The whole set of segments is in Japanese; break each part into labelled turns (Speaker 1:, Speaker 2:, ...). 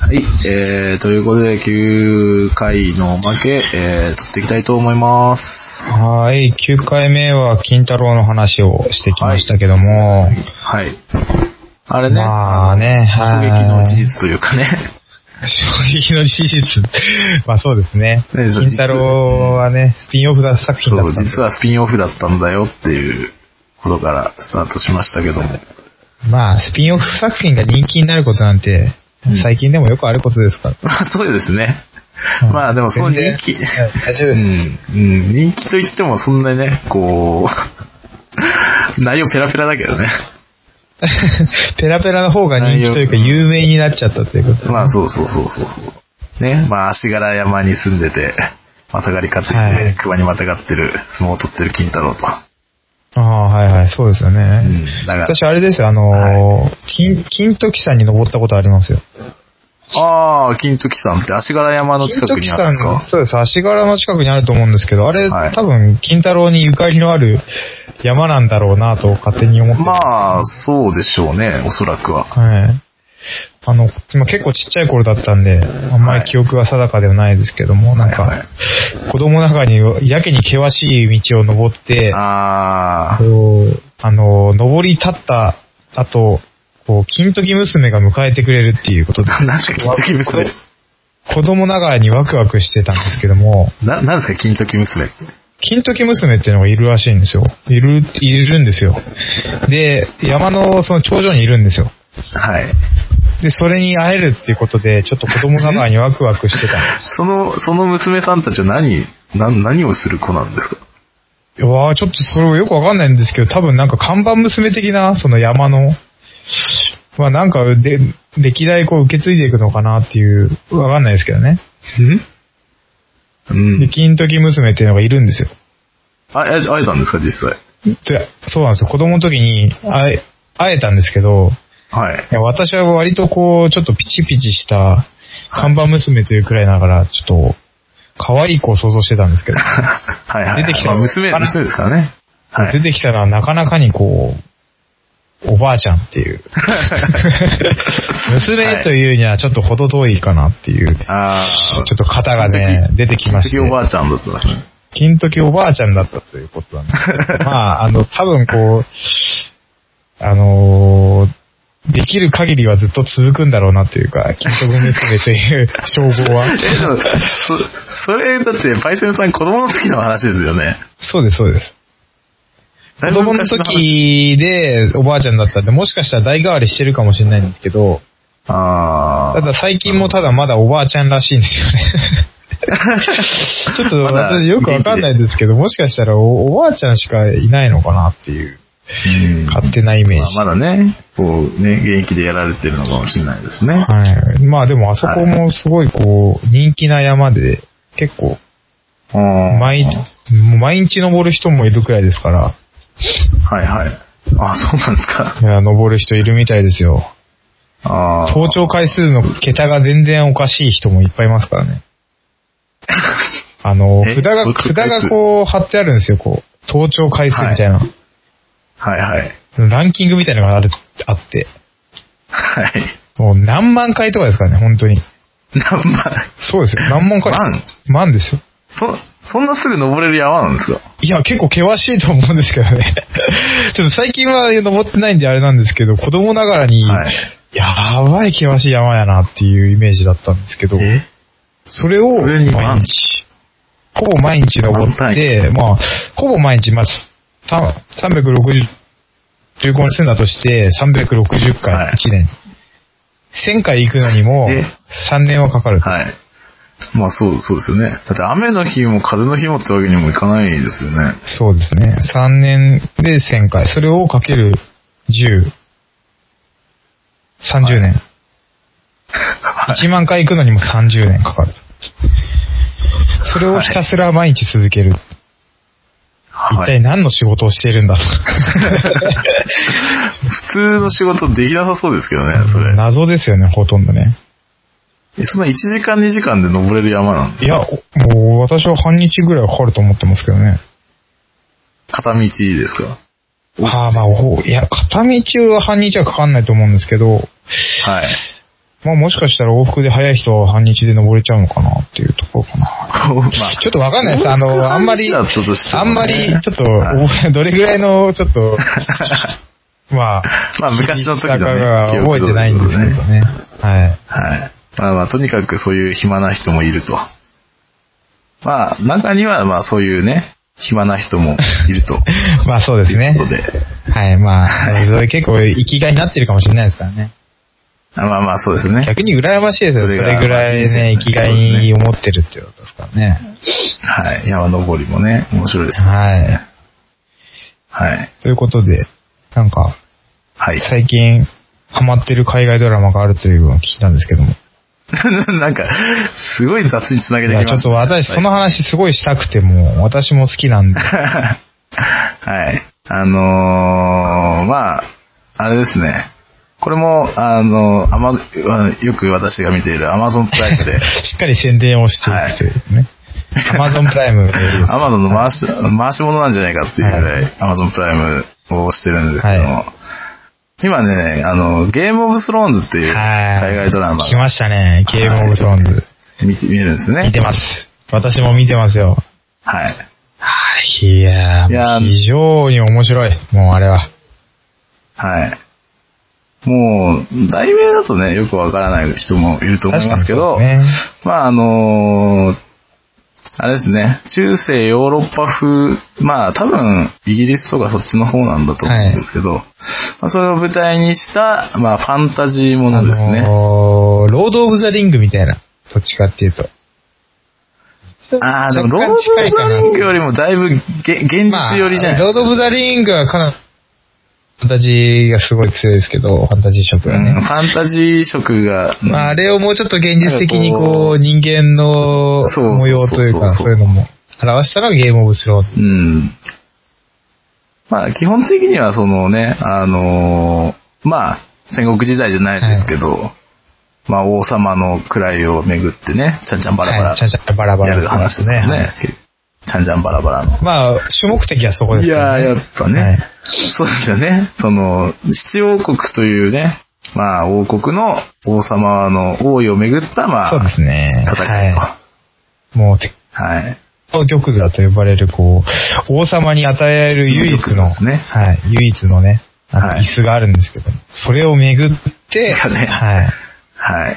Speaker 1: はい、えー、ということで、9回のおまけ、えー、取っていきたいと思います。
Speaker 2: はい、9回目は金太郎の話をしてきましたけども、
Speaker 1: はい。あれね、
Speaker 2: まあね、
Speaker 1: 衝
Speaker 2: はい。
Speaker 1: 撃の事実というかね。
Speaker 2: 衝撃の事実。 まあそうですね。
Speaker 1: ねそう
Speaker 2: 金太郎はね、スピンオフだ作
Speaker 1: そ
Speaker 2: 品だ
Speaker 1: う
Speaker 2: っ、たんで
Speaker 1: 実はスピンオフだったんだよっていうことからスタートしましたけども。
Speaker 2: まあ、スピンオフ作品が人気になることなんて
Speaker 1: うん、
Speaker 2: 最近でもよくあることですから。
Speaker 1: まあ、そうですね。まあ、でも、そう人気、
Speaker 2: 全然はい大丈夫
Speaker 1: うん、
Speaker 2: です。
Speaker 1: うん、人気といってもそんなにね、こう、 内容ペラペラだけどね。
Speaker 2: ペラペラの方が人気というか
Speaker 1: 内容
Speaker 2: 有名になっちゃったということですね
Speaker 1: まあ、そうそうそうそうそう。ね、まあ、足柄山に住んでて、またがり飼ってて、
Speaker 2: はい
Speaker 1: 熊にまたがってる、相撲を取ってる金太郎と。
Speaker 2: ああ、はいはい、そうですよ
Speaker 1: う
Speaker 2: ね。
Speaker 1: ん、だから、
Speaker 2: 私あれですよ、あのー金、金時山に登ったことありますよ。
Speaker 1: ああ、金時山って足柄山の
Speaker 2: 金
Speaker 1: 近く
Speaker 2: 時
Speaker 1: にあるん
Speaker 2: 山
Speaker 1: ですか
Speaker 2: の、そうです、足柄の近くにあると思うんですけど、あれ、
Speaker 1: はい
Speaker 2: 多分、金太郎にゆかりのある山なんだろうなと勝手に思ってます
Speaker 1: まあ、そうでしょうね、おそらくは。
Speaker 2: はい。あの、まあ結構ちっちゃい頃だったんで、あんまり記憶が定かではないですけども、なん
Speaker 1: はいは
Speaker 2: か、子供の中にやけに険しい道を登って、
Speaker 1: ああ、
Speaker 2: こうあの、登り立った後、こう、金時娘が迎えてくれるっていうことで、
Speaker 1: なんか金時娘。
Speaker 2: 子供ながらにワクワクしてたんですけども、
Speaker 1: な、なんですか、金時娘って。
Speaker 2: 金時娘っていうのがいるらしいんですよ。いる、いるんですよ。で、山のその頂上にいるんですよ。
Speaker 1: はい。
Speaker 2: で、それに会えるっていうことで、ちょっと子供ながらにワクワクしてたんで
Speaker 1: その、その娘さんたちは何、な何をする子なんですか
Speaker 2: す。うわーちょっとそれよくわかんないんですけど、多分なんか看板娘的な、その山の、まあなんかで、歴代こう受け継いでいくのかなっていう、わかんないですけどね。
Speaker 1: う
Speaker 2: で、
Speaker 1: ん。
Speaker 2: 金時娘っていうのがいるんですよ。
Speaker 1: あ、あ会えたんですか、実際。
Speaker 2: でそうなんですよ。子供の時に会え、会えたんですけど、
Speaker 1: はい。
Speaker 2: いや私は割とこう、ちょっとピチピチした看板娘というくらいながら、ちょっと、可愛い子を想像してたんですけど、
Speaker 1: はいはい。
Speaker 2: 出てきた
Speaker 1: まあ娘、
Speaker 2: あら
Speaker 1: 娘ですからね。は
Speaker 2: 出
Speaker 1: い。
Speaker 2: てきたのはなかなかにこう、おばあちゃんって いう。娘というにはちょっと程遠いかなっていう。
Speaker 1: ああ、
Speaker 2: ちょっと肩がね、出てきまし
Speaker 1: 次おば
Speaker 2: て。
Speaker 1: あちゃんだったんですね。
Speaker 2: 金時おばあちゃんだったということなんですけ どまあ、あの、多分こう、あのーできる限りはずっと続くんだろうなというか、金時娘という称号 は。
Speaker 1: え、でも、そ、それ、だって、パイセンさん子供の時の話ですよね。
Speaker 2: そうです、そうです。
Speaker 1: だい
Speaker 2: 子
Speaker 1: ぶ
Speaker 2: 供の
Speaker 1: 昔話。
Speaker 2: 時でおばあちゃんだったんで、もしかしたら代替わりしてるかもしれないんですけど、
Speaker 1: あ
Speaker 2: た
Speaker 1: あ。
Speaker 2: だ最近もただまだおばあちゃんらしいんですよ ね。ちょっと
Speaker 1: まだ
Speaker 2: 私よくわかんないですけど、もしかしたらおおばあちゃんしかいないのかなっていう
Speaker 1: うん
Speaker 2: 勝手なイメージ。
Speaker 1: まあまだね、こう、ね、現役でやられてるのかもしれないですね。
Speaker 2: はい。まあでもあそこもすごいこう、人気な山で、結構、
Speaker 1: うん
Speaker 2: 毎、もう毎日登る人もいるくらいですから、
Speaker 1: はいはい。あ、そうなんですか。
Speaker 2: いや登る人いるみたいですよ。
Speaker 1: ああ。
Speaker 2: 登頂回数の桁が全然おかしい人もいっぱいいますからね。あの、
Speaker 1: え
Speaker 2: 札が、
Speaker 1: 登頂
Speaker 2: 札
Speaker 1: 回数
Speaker 2: がこう貼ってあるんですよ、こう。登頂回数みたいな。
Speaker 1: はいはい。
Speaker 2: ランキングみたいなのがある、あって。
Speaker 1: はい。
Speaker 2: もう何万回とかですからね、本当に。
Speaker 1: 何万
Speaker 2: そうですよ。何万回。
Speaker 1: 万
Speaker 2: 万ですよ。
Speaker 1: そ、そんなすぐ登れる山なんですか
Speaker 2: いや、結構険しいと思うんですけどね。 ちょっと最近は登ってないんであれなんですけど、子供ながらに、
Speaker 1: はい
Speaker 2: やばい険しい山やなっていうイメージだったんですけど。それを
Speaker 1: それに
Speaker 2: 毎日、ほぼ毎日登って、まあ、ほぼ毎日、まあ、さ360、15日住んだとして、360
Speaker 1: は
Speaker 2: 回
Speaker 1: い、
Speaker 2: 1年。1000回行くのにも
Speaker 1: え、
Speaker 2: 3年はかかる。
Speaker 1: はい。まあそう、そうですよね。だって雨の日も風の日もってわけにもいかないですよね。
Speaker 2: そうですね。3年で1000回。それをかける10。30年。1万回行くのにも30年かかる。それをひたすら毎日続ける。一
Speaker 1: は
Speaker 2: 体
Speaker 1: い。
Speaker 2: 何の仕事をしているんだと。
Speaker 1: 普通の仕事できなさそうですけどね、それ。
Speaker 2: 謎ですよね、ほとんどね。
Speaker 1: えそんな1時間2時間で登れる山なんで
Speaker 2: いや、もう私は半日ぐらいかかると思ってますけどね。
Speaker 1: 片道ですか
Speaker 2: ああ、まあ、ほいや、片道は半日はかかんないと思うんですけど、
Speaker 1: はい。
Speaker 2: まあもしかしたら往復で早い人は半日で登れちゃうのかなっていうところかな。
Speaker 1: こうまあ
Speaker 2: ちょっとわかんないです。あの、あんまり、
Speaker 1: 話だとしても
Speaker 2: あ
Speaker 1: ね
Speaker 2: んまり、ちょっと
Speaker 1: は、
Speaker 2: どれぐらいの、ちょっ と、まあ、
Speaker 1: まあ昔の時のね
Speaker 2: だから覚えてないんですけどね。はい。
Speaker 1: はい。まあまあ、とにかくそういう暇な人もいると。まあ、中にはまあそういうね、暇な人もい ると。
Speaker 2: まあそうです
Speaker 1: とい
Speaker 2: ね
Speaker 1: うこ。とで。
Speaker 2: はい、まあ、それ結構生きがいになってるかもしれないですか らね。
Speaker 1: あまあまあ、そうですね。
Speaker 2: 逆に羨ましいですよ。
Speaker 1: そ
Speaker 2: そ
Speaker 1: れ
Speaker 2: れ
Speaker 1: が
Speaker 2: ぐらいね、
Speaker 1: まあ
Speaker 2: 生きがいに思ってるっていうことですからね。
Speaker 1: はい。山登りもね、面白いです。
Speaker 2: は
Speaker 1: はい。
Speaker 2: い。ということで、なんか、
Speaker 1: はい。
Speaker 2: 最近、ハマってる海外ドラマがあるというのを聞いたんですけども。
Speaker 1: なんか、すごい雑につなげ
Speaker 2: い
Speaker 1: てき
Speaker 2: や、
Speaker 1: まし
Speaker 2: ち
Speaker 1: た
Speaker 2: ょっと私、その話すごいしたくても、私も好きなん で。
Speaker 1: はい。あのーまあ、あれですね。これも、あの、アマ、よく私が見ているアマゾンプライム で、
Speaker 2: しっかり宣伝をしていくというね。アマゾンプラ イムでいいです
Speaker 1: アマゾンの回し、回し物なんじゃないかっていうぐらい、アマゾンプライムをしてるんですけども、
Speaker 2: は
Speaker 1: 今ね、あの、ゲームオブスローンズっていう
Speaker 2: はい。
Speaker 1: 海外ドラマ
Speaker 2: 来ましたね。ゲームオブスローンズ。
Speaker 1: 見て、見れるんですね。
Speaker 2: 見てます。私も見てますよ。
Speaker 1: はい。
Speaker 2: はいいや
Speaker 1: いや
Speaker 2: ー、
Speaker 1: ー
Speaker 2: 非常に面白い。もうあれは。
Speaker 1: はい。もう、題名だとね、よくわからない人もいると思いますけど、
Speaker 2: 確かにそうですね
Speaker 1: まあ、あのーあれですね、中世ヨーロッパ風、まあ、多分、イギリスとかそっちの方なんだと思うんですけど、まあ、それを舞台にした、まあ、ファンタジーものですね。
Speaker 2: あのーロード・オブ・ザ・リングみたいな。どっちかっていうと。
Speaker 1: ああ、でも、
Speaker 2: 若干
Speaker 1: ロー
Speaker 2: 近
Speaker 1: ド・
Speaker 2: い
Speaker 1: ザ・
Speaker 2: かな
Speaker 1: リングよりもだいぶげ現
Speaker 2: ま
Speaker 1: 実
Speaker 2: あ
Speaker 1: 寄りじゃない
Speaker 2: ロード・オブ・ザ・リングはかなり、ファンタジーがすごい強いですけど、ファンタジー色が
Speaker 1: うん
Speaker 2: ね。
Speaker 1: ファンタジー色が、うん
Speaker 2: まあ、あれをもうちょっと現実的に
Speaker 1: なんかこ
Speaker 2: こ
Speaker 1: う
Speaker 2: う、人間の
Speaker 1: そうそうそうそう
Speaker 2: 模様というか、そういうのも表したのがゲームオブスロー
Speaker 1: う
Speaker 2: ズ。
Speaker 1: ん。まあ、基本的にはそのね、あのーまあ、戦国時代じゃないですけど、まあ、王様の位をめぐってね、ちゃんちゃんバラバ
Speaker 2: はいちゃんちゃんバラバ
Speaker 1: ラ
Speaker 2: ラ
Speaker 1: やる話ですよね。
Speaker 2: はい
Speaker 1: ちゃんちゃんバラバラの。
Speaker 2: まあ、主目的はそこです
Speaker 1: い
Speaker 2: よ
Speaker 1: やー、やっぱね、
Speaker 2: はい
Speaker 1: そうですよね。その、七王国というね、まあ、王国の王様の王位をめぐった、ま
Speaker 2: そうで
Speaker 1: あ、
Speaker 2: すね。
Speaker 1: 戦いと。
Speaker 2: ははい。もう、鉄
Speaker 1: はい。
Speaker 2: 鋼玉座と呼ばれる、こう、王様に与えられる唯一
Speaker 1: その玉
Speaker 2: の、
Speaker 1: 座ですね
Speaker 2: はい、唯一のね、あ
Speaker 1: は
Speaker 2: の
Speaker 1: い
Speaker 2: 椅子があるんですけど、それをめぐ って、
Speaker 1: がね
Speaker 2: はい。
Speaker 1: はい。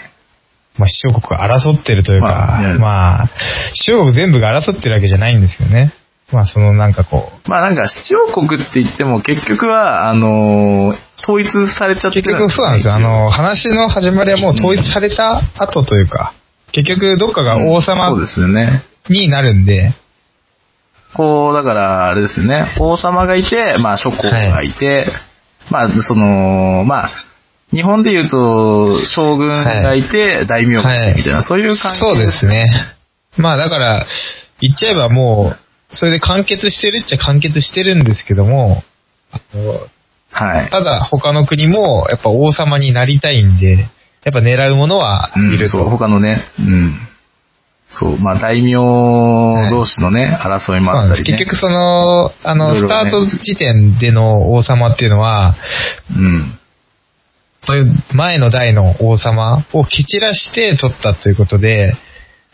Speaker 2: まあ、市長国が争ってるというか、
Speaker 1: まあね
Speaker 2: まあ、市長国全部が争ってるわけじゃないんですよね。まあ、そのなんかこう、
Speaker 1: まあなんか、七王国って言っても結局は、あのー統一されちゃって
Speaker 2: 結
Speaker 1: る
Speaker 2: 局そうなんですよ。あの、話の始まりはもう統一された後というか、結局どっかが王様
Speaker 1: そうですよね。
Speaker 2: になるんで、
Speaker 1: こう、だから、あれですよね。王様がいて、まあ諸侯がいて、まあその、まあ、日本で言うと、将軍がいて、大名がいてみたいな、そういう感じ
Speaker 2: そうですね。まあだから、言っちゃえばもう、それで完結してるっちゃ完結してるんですけども、あの
Speaker 1: はい。
Speaker 2: ただ他の国もやっぱ王様になりたいんで、やっぱ狙うものは
Speaker 1: うん
Speaker 2: いると。
Speaker 1: そう、他のね、うん。そう、まあ大名同士のね、争い
Speaker 2: そう
Speaker 1: もあ
Speaker 2: なん
Speaker 1: った
Speaker 2: です。
Speaker 1: り、ね。
Speaker 2: 結局その、あの、
Speaker 1: いろい
Speaker 2: ス
Speaker 1: ろ
Speaker 2: タ
Speaker 1: ね
Speaker 2: ート時点での王様っていうのは、
Speaker 1: うん。
Speaker 2: そういう前の代の王様を蹴散らして取ったということで、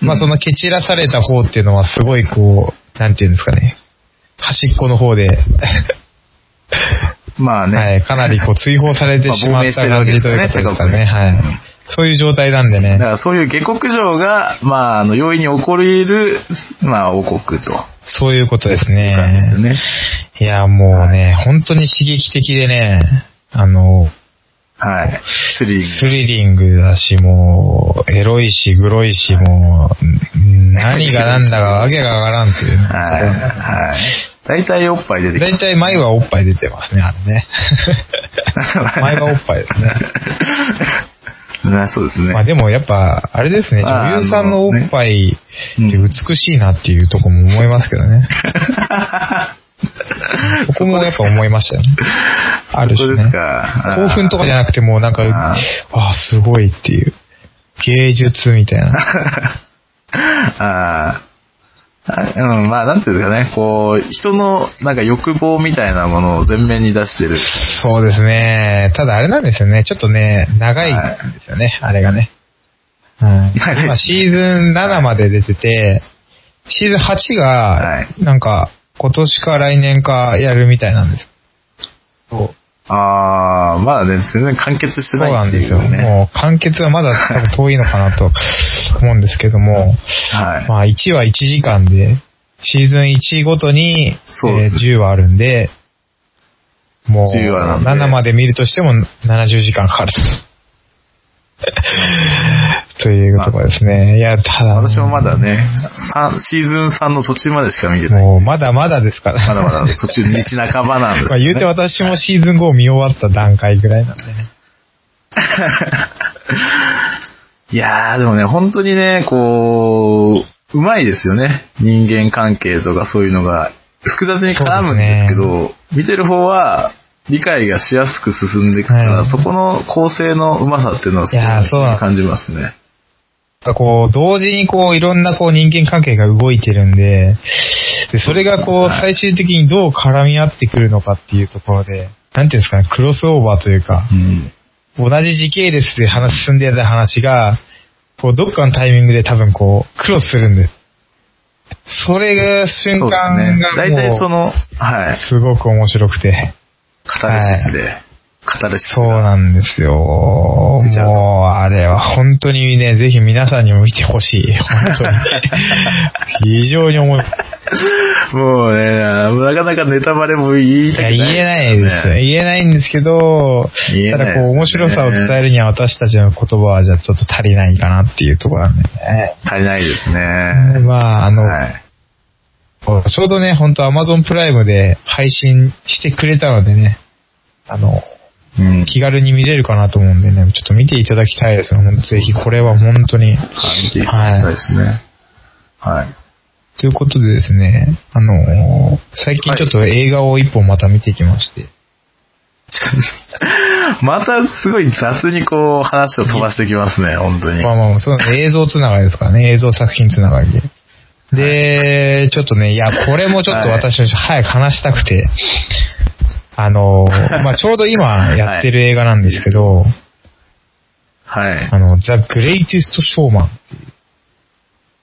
Speaker 2: ま
Speaker 1: う
Speaker 2: あ
Speaker 1: ん
Speaker 2: その蹴散らされた方っていうのはすごいこう、なんていうんですかね、端っこの方で、
Speaker 1: まあね。
Speaker 2: はい、かなりこう追放されてしまった感じということですかね。
Speaker 1: まあ亡命してるわけですよね
Speaker 2: はい
Speaker 1: うん。
Speaker 2: そういう状態なんでね
Speaker 1: だか。らそういう下克上 が、まあ、あの、容易に起こり得る、まあ、王国と。
Speaker 2: そういうことです
Speaker 1: 感じですよ
Speaker 2: ね。
Speaker 1: ね。
Speaker 2: いや、もうね、本当に刺激的でね、あの、
Speaker 1: はい。スリ
Speaker 2: ス
Speaker 1: ー。
Speaker 2: リリングだし、もう、エロいし、グロいし、もう、何が何だかわけがわからんっていうね。
Speaker 1: はい。はい。大体おっぱい出てき
Speaker 2: 大体前はおっぱい出てますね、あれね。前はおっぱいですね。
Speaker 1: ます。ね、そうですね。
Speaker 2: まあでもやっぱ、あれですね、
Speaker 1: まあ
Speaker 2: 女優さんのおっぱい
Speaker 1: あの
Speaker 2: って
Speaker 1: ね
Speaker 2: 美しいなっていうとこも思いますけど ね。そこもやっぱ思いましたよね。あるし、
Speaker 1: そう
Speaker 2: ね。
Speaker 1: ですか。
Speaker 2: 興奮とかじゃなくてもうなんか、
Speaker 1: あ
Speaker 2: あ
Speaker 1: ー
Speaker 2: あ、すごいっていう。芸術みたいな。
Speaker 1: ああ。あうん、まあ、なんていうんですかね、こう、人の、なんか欲望みたいなものを全面に出してる。
Speaker 2: そうですね。ただあれなんですよね。ちょっとね、長いんですよね、あれがね。うん。
Speaker 1: 長い
Speaker 2: 今シーズン7まで出てて、シーズン8
Speaker 1: は
Speaker 2: が
Speaker 1: い、
Speaker 2: なんか、今年か来年かやるみたいなんです。そう。
Speaker 1: ああ、まだね、全然完結して
Speaker 2: そう
Speaker 1: な
Speaker 2: ないん
Speaker 1: って
Speaker 2: で
Speaker 1: い
Speaker 2: す
Speaker 1: う
Speaker 2: よ。
Speaker 1: ね。
Speaker 2: もう完結はまだ多分遠いのかなと思うんですけども、
Speaker 1: はい。
Speaker 2: まあ1は1時間で、シーズン1ごとに、
Speaker 1: そうですね
Speaker 2: えー10話あるんで、もう
Speaker 1: 10話なんで
Speaker 2: 7まで見るとしても70時間か かると。というところですね。いや、ただ、
Speaker 1: 私もまだね、三シーズン3の途中までしか見てない。
Speaker 2: もうまだまだですから。
Speaker 1: まだまだ途中、道半ばなんです、ね。
Speaker 2: まあ言うて私もシーズン5を見終わった段階ぐらいなんでね。
Speaker 1: いやー、でもね、本当にね、こう、うまいですよね。人間関係とかそういうのが、複雑に絡むんですけど、見てる方は、理解がしやすく進んでいくから、
Speaker 2: はい
Speaker 1: そこの構成のうまさっていうのはすご
Speaker 2: いやーそうなん
Speaker 1: い感じますね。
Speaker 2: なんかこう、同時にこう、いろんなこう、人間関係が動いてるんで、で、それがこう、
Speaker 1: は
Speaker 2: 最終的にどう絡み合ってくるのかっていうところで、なんていうんですかね、クロスオーバーというか、
Speaker 1: うん。
Speaker 2: 同じ時系列で話、進んでた話が、こう、どっかのタイミングで多分こう、クロスするんです。それが、瞬
Speaker 1: そうです
Speaker 2: 間
Speaker 1: ね。
Speaker 2: が
Speaker 1: 大体そ
Speaker 2: もう、
Speaker 1: の、はい。
Speaker 2: すごく面白くて。
Speaker 1: カタルシスで、カタルシス
Speaker 2: そう
Speaker 1: が
Speaker 2: なんですよ。もう
Speaker 1: 出ちゃうと、
Speaker 2: あれは本当にね、ぜひ皆さんにも見てほしい。本当に。非常に重い。
Speaker 1: もうね、なかなかネタバレも言い
Speaker 2: い
Speaker 1: たくな
Speaker 2: や、
Speaker 1: い、
Speaker 2: 言えないですよ。
Speaker 1: ね。
Speaker 2: 言えないんですけど、
Speaker 1: 言え
Speaker 2: た
Speaker 1: ないで
Speaker 2: だ
Speaker 1: すね
Speaker 2: こう、面白さを伝えるには私たちの言葉はじゃあちょっと足りないかなっていうところなんでね。
Speaker 1: 足りないですね。
Speaker 2: まあ、あの、
Speaker 1: はい。
Speaker 2: ちょうどね、本当 Amazon プライムで配信してくれたのでね、あの、
Speaker 1: うん。
Speaker 2: 気軽に見れるかなと思うんでね、ちょっと見ていただきたいですね。本当ぜひ、これは本当
Speaker 1: は
Speaker 2: に。
Speaker 1: い、見ていただきたいですね。はい。
Speaker 2: ということでですね、あのー最近ちょっと映画を一本また見てきまして。
Speaker 1: またすごい雑にこう話を飛ばしてきますね、本当に。
Speaker 2: ま
Speaker 1: は
Speaker 2: あまあまあ、その映像つながりですからね、映像作品つながりで。で、ちょっとね、いや、これもちょっと
Speaker 1: はい
Speaker 2: 私早く話したくて、あのー、 まあちょうど今やってる映画なんですけど、
Speaker 1: い。
Speaker 2: あの、The Greatest Showman っ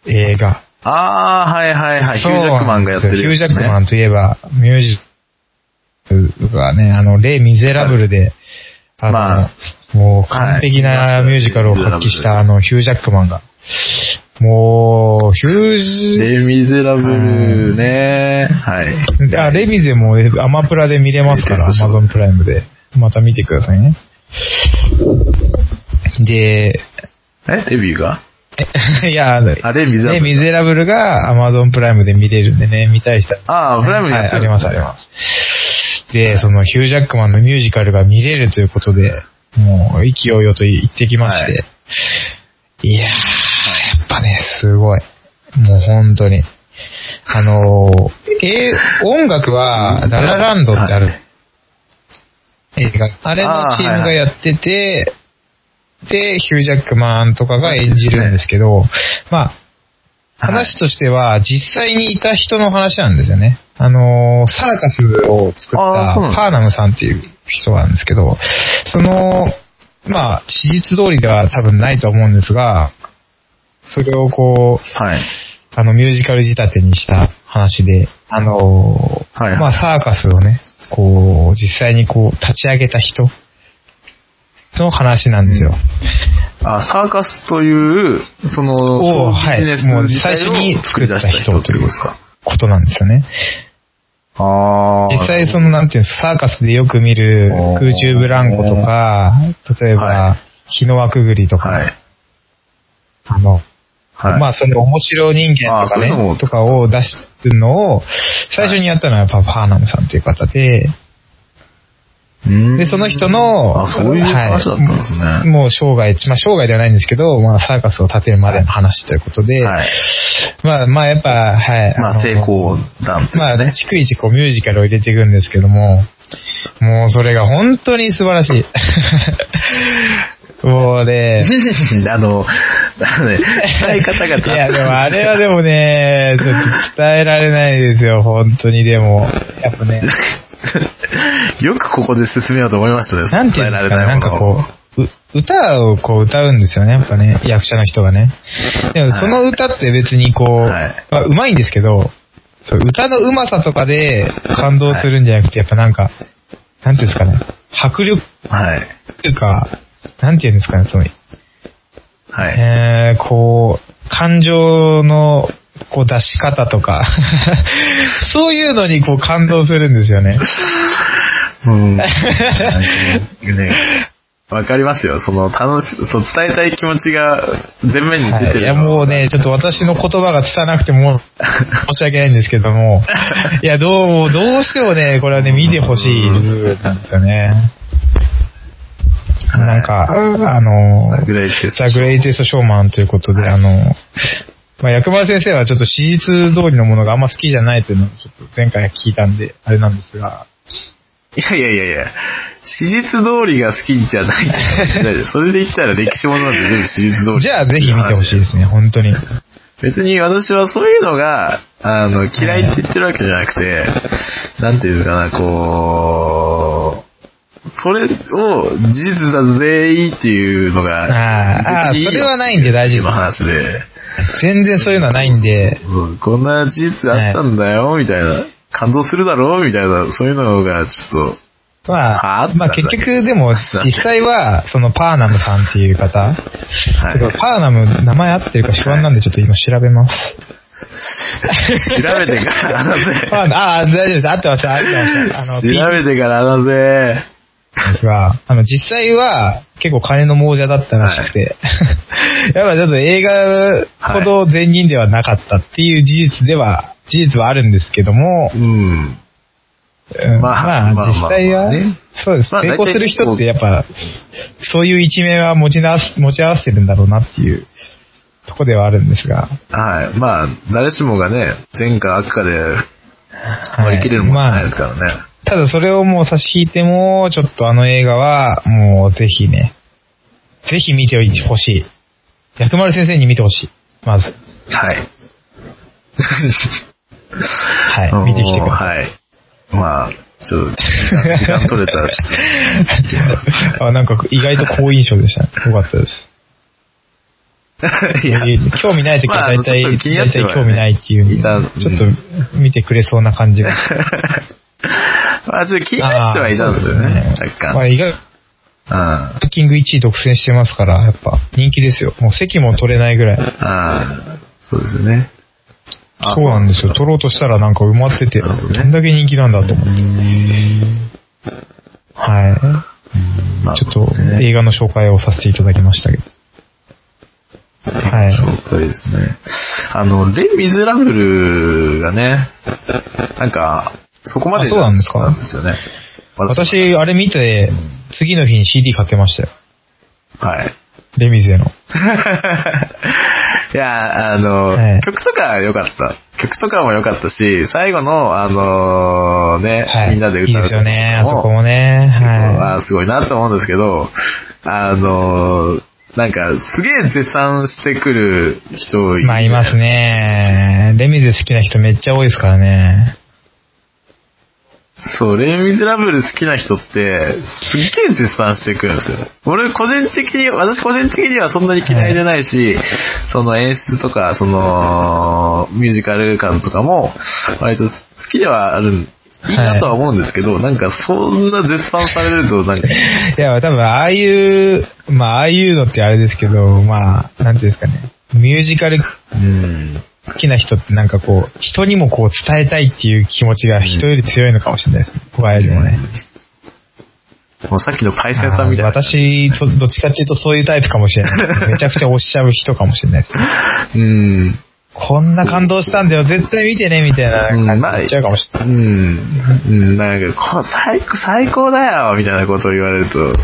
Speaker 2: ていう映画。
Speaker 1: ああ、はいはいはい。ヒ
Speaker 2: そ
Speaker 1: ュ
Speaker 2: う
Speaker 1: ージャックマンがやってる、ね。
Speaker 2: ヒュージャックマンといえば、ミュージックがね、あの、レイ・ミゼラブルで、あの、
Speaker 1: まあ
Speaker 2: もう完璧
Speaker 1: は
Speaker 2: ないミュージカルを発揮した、あの、ヒュージャックマンが、もう、ヒュー
Speaker 1: レ・ミゼラブルね。はい。
Speaker 2: ジ、あ、レミゼもアマプラで見れますから、ア
Speaker 1: レイテス
Speaker 2: マ
Speaker 1: トショ
Speaker 2: ゾ
Speaker 1: ー
Speaker 2: ンプライムで。また見てくださいね。で、
Speaker 1: えデビューが
Speaker 2: えいや、あの
Speaker 1: あ、レ・ミゼラブ
Speaker 2: レイ・
Speaker 1: ル。
Speaker 2: ミゼラブルがアマゾンプライムで見れるんでね、見たい人は
Speaker 1: ああ、プライムに
Speaker 2: は
Speaker 1: や
Speaker 2: い、
Speaker 1: って
Speaker 2: あ
Speaker 1: るん
Speaker 2: り
Speaker 1: で
Speaker 2: ますす、
Speaker 1: ね
Speaker 2: あります。で、そのヒュージャックマンのミュージカルが見れるということで、もう、意気揚々と行ってきまして、、
Speaker 1: はい
Speaker 2: やー、やっぱね、すごい。もう本当に。あのー、えー音楽は、ララランドってある
Speaker 1: はい
Speaker 2: 映画。あれのチームがやってて、で、ヒュージャックマンとかが演じるんですけど、まあ、話としては、実際にいた人の話なんですよね。あのー、サーカスを作った
Speaker 1: あーそうなんですね
Speaker 2: パーナムさんっていう人なんですけど、その、まあ、史実通りでは多分ないと思うんですが、それをこう、
Speaker 1: はい。
Speaker 2: あの、ミュージカル仕立てにした話で、あのー
Speaker 1: はい
Speaker 2: まあ、サーカスをね、こう、実際にこう、立ち上げた人の話なんですよ。
Speaker 1: あ、サーカスという、その、
Speaker 2: を
Speaker 1: ショービジネス
Speaker 2: はいもう
Speaker 1: 自体
Speaker 2: 最初に
Speaker 1: を作り出した人ってことですか。
Speaker 2: ことなんですよね。
Speaker 1: ああ。
Speaker 2: 実際その、なんていうんですか、サーカスでよく見る
Speaker 1: おー
Speaker 2: 空中ブランコとか、例え
Speaker 1: は
Speaker 2: ば、火の輪くぐりと
Speaker 1: は
Speaker 2: か、
Speaker 1: い。
Speaker 2: あの、
Speaker 1: はい。
Speaker 2: まあその面白人間とか
Speaker 1: あーそういうの
Speaker 2: ね
Speaker 1: を、
Speaker 2: とかを出してるのを、最初にやったのはやっぱパーナムさんという方で、
Speaker 1: で
Speaker 2: で、その人の、
Speaker 1: あ、そういう話だったんですね。
Speaker 2: はい
Speaker 1: は
Speaker 2: もう生涯、まあ生涯ではないんですけど、まあサーカスを立てるまでの話ということで、
Speaker 1: い。
Speaker 2: まあまあやっぱ、はい。
Speaker 1: ま
Speaker 2: の
Speaker 1: あ、成功談と
Speaker 2: ま
Speaker 1: い
Speaker 2: あ
Speaker 1: うね。
Speaker 2: ね、逐一こうミュージカルを入れていくんですけども、もうそれが本 当に素晴らしい。もうね、
Speaker 1: あの、あのね使い方が
Speaker 2: いや、でもあれはでもね、ちょっと伝えられないですよ、本当にでも。やっぱね、
Speaker 1: よくここで進めようと思いましたね。
Speaker 2: なんていうん
Speaker 1: 伝
Speaker 2: で
Speaker 1: え
Speaker 2: すから
Speaker 1: れ
Speaker 2: ね、なん
Speaker 1: も
Speaker 2: か
Speaker 1: のを
Speaker 2: こう、う歌をこう歌うんですよね、やっぱね、役者の人がね。でもその歌って別にこう、
Speaker 1: はい
Speaker 2: まあ、うまいんですけど、そう歌のうまさとかで感動するんじゃなくて、やっぱなんか、なんていうんですかね、迫力
Speaker 1: はい。
Speaker 2: っていうか、なんていうんですかね、その、
Speaker 1: はい。
Speaker 2: えー、こう、感情の、こう出し方とか、 そういうのにこう感動するんですよね。
Speaker 1: うん。なんかね わかりますよ。その、楽し、そう、伝えたい気持ちが前面に出
Speaker 2: は
Speaker 1: て
Speaker 2: い、い
Speaker 1: る。
Speaker 2: や、もう。ね、ちょっと私の言葉が伝わなく ても、申し訳ないんですけども、いや、どうも、どうしてもね、これはね、見てほしい部分なんですよね。
Speaker 1: はい
Speaker 2: なんか、あの、
Speaker 1: ザグレイテスト
Speaker 2: ザグレイテストショーマンということで、あの、まあ、薬丸先生はちょっと史実通りのものがあんま好きじゃないというのをちょっと前回聞いたんで、あれなんですが、
Speaker 1: いやいやいやいや、史実通りが好きじゃないって言ってない。それで言ったら歴史ものなんて全部史実通り。
Speaker 2: じゃあぜひ見てほしいですね、本当に。
Speaker 1: 別に私はそういうのが、あの、嫌いって言ってるわけじゃなくて、なんていうんですかな、こう、それを事実だぜーっていうのが、
Speaker 2: あーあー
Speaker 1: 別にいいよ
Speaker 2: それはないんで大丈夫
Speaker 1: の話で。
Speaker 2: 全然そういうのはないんで、
Speaker 1: そうこんな事実があったんだよ、みたいな。感動するだろうみたいな、そういうのが、ちょっ
Speaker 2: ま
Speaker 1: は
Speaker 2: あ、
Speaker 1: あ
Speaker 2: まあ結局でも実際は、そのパーナムさんっていう方、
Speaker 1: と、は
Speaker 2: ちょっ
Speaker 1: い。
Speaker 2: とパーナム名前合ってるか不安なんでちょっと今調べます。
Speaker 1: 調べてから話せ。
Speaker 2: パー ナああ、大丈夫です。合ってます、合ってます。あの、ピー
Speaker 1: 調べてから話せ。
Speaker 2: ですが、あの、実際は結構金の亡者だったらしくて、 やっぱちょっと映画ほど善人ではなかったっていう事実では、事実はあるんですけども、
Speaker 1: うん。
Speaker 2: うん
Speaker 1: ま
Speaker 2: ま
Speaker 1: あ
Speaker 2: あ、
Speaker 1: まあ
Speaker 2: 実際
Speaker 1: まあ
Speaker 2: は
Speaker 1: まあね、
Speaker 2: そうです。
Speaker 1: まあ
Speaker 2: 成功する人ってやっぱ、そういう一面は持ちなす持ち合わせてるんだろうなっていうとこではあるんですが、
Speaker 1: はい。まあ、誰しもがね、善か悪かで
Speaker 2: は
Speaker 1: 割り切れるもんじゃない
Speaker 2: ま
Speaker 1: で
Speaker 2: あ
Speaker 1: す、からね。
Speaker 2: ただそれをもう差し引いても、ちょっとあの映画は、もうぜひね、ぜひ見てほしい。薬丸先生に見てほしい。まず。
Speaker 1: はい。
Speaker 2: はい。見てきてください。
Speaker 1: はい。まあ、ちょっと、時間取れたら、ちょっと、行きますね。
Speaker 2: あ、なんか意外と好印象でした、ね。よかったです。
Speaker 1: いや
Speaker 2: 興味ない時は大体、
Speaker 1: まあちょっと気になっ
Speaker 2: 大
Speaker 1: ては
Speaker 2: 体
Speaker 1: ね
Speaker 2: 興味ないっていう
Speaker 1: いた
Speaker 2: ちょっと見てくれそうな感じが。
Speaker 1: まあ、ちょっと気になってはいたんですよね、
Speaker 2: あーそ
Speaker 1: 若
Speaker 2: うですまあ、
Speaker 1: 干。
Speaker 2: 意外と
Speaker 1: うん。
Speaker 2: ランキング1位独占してますから、やっぱ人気ですよ。もう席も取れないぐらい。
Speaker 1: ああ、そうですね。あ
Speaker 2: そうなんですよ。取ろうとしたらなんか埋まってて、
Speaker 1: なるほどね
Speaker 2: どんだけ人気なんだと思って。はい。
Speaker 1: まあ
Speaker 2: ちょっと
Speaker 1: ね
Speaker 2: 映画の紹介をさせていただきましたけど。はい。
Speaker 1: 紹介ですね。あの、レ・ミゼラブルがね、なんか、そこまで
Speaker 2: あそうなんですか
Speaker 1: なんですよね。
Speaker 2: 私、あれ見て、次の日に CD 買ってましたよ。
Speaker 1: はい。
Speaker 2: レミゼの。
Speaker 1: いや、あの、
Speaker 2: はい
Speaker 1: 曲とか良かった。曲とかも良かったし、最後の、あのね、
Speaker 2: はい。
Speaker 1: みんなで歌う
Speaker 2: いいですよね。あ
Speaker 1: とこ
Speaker 2: そ
Speaker 1: も
Speaker 2: こもね。は
Speaker 1: あーすごいなと思うんですけど、あのなんか、すげえ絶賛してくる人い
Speaker 2: い。
Speaker 1: る
Speaker 2: まあ、いますね。レミゼ好きな人めっちゃ多いですからね。
Speaker 1: そう、レイ・ミゼラブル好きな人って、すっげえ絶賛してくるんですよ。俺、個人的に、私個人的にはそんなに嫌いじゃないし、その演出とか、その、ミュージカル感とかも、割と好きではあるん、いいなとは思うんですけど、なんか、そんな絶賛されると、なんか、
Speaker 2: いや、多分、ああいう、まあ、ああいうのってあれですけど、まあ、なんていうんですかね。ミュージカル
Speaker 1: うん、
Speaker 2: 好きな人ってなんかこう、人にもこう伝えたいっていう気持ちが人より強いのかもしれないです。僕はよりもね。
Speaker 1: もうさっきのパイセンさんみたい
Speaker 2: あ
Speaker 1: な
Speaker 2: ー。私、そどっちかっていうとそういうタイプかもしれない。めちゃくちゃ押しちゃう人かもしれないです。
Speaker 1: うん。
Speaker 2: こんな感動したんだよ、絶対見てね、みたいな。
Speaker 1: うんまあ
Speaker 2: 言っちゃうかもしれない。
Speaker 1: うん。うんなんか、こう最高、最高だよみたいなことを言われると、なん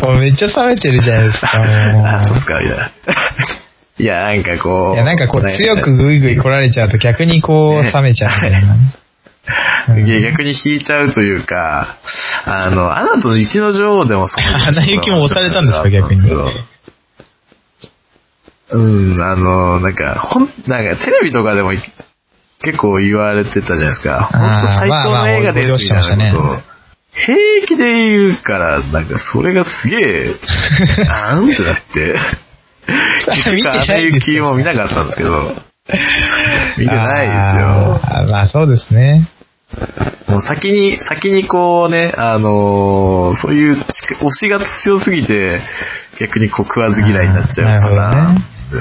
Speaker 1: か
Speaker 2: もうめっちゃ冷めてるじゃないですか。も う
Speaker 1: あ、そうっすか、みたいな。いや、なんかこう。
Speaker 2: いや、なんかこう、強く
Speaker 1: ね。
Speaker 2: グイグイ来られちゃうと逆にこう、冷めちゃうみたいなね。うん
Speaker 1: いや逆に引いちゃうというか、あ の、アナと雪の女王でもそう。
Speaker 2: アナ雪も押されたんですか逆に
Speaker 1: そううん、あの、なんか、ほん、なんかテレビとかでも結構言われてたじゃないですか。
Speaker 2: あー
Speaker 1: 本当最高の映画ですみたいなこと
Speaker 2: まあまあ
Speaker 1: を。平気で言うから、なんかそれがすげえ、あーんってなって。結
Speaker 2: 見て
Speaker 1: 局、ア
Speaker 2: な
Speaker 1: ナ
Speaker 2: いんです
Speaker 1: 雪
Speaker 2: よ
Speaker 1: も見なかったんですけど、見てないで
Speaker 2: あーまあそうですね。
Speaker 1: すよ。もう先に、先にこうね、あのーそういう推しが強すぎて、逆にこう食わず嫌いになっちゃうか
Speaker 2: な
Speaker 1: ら
Speaker 2: るほどね。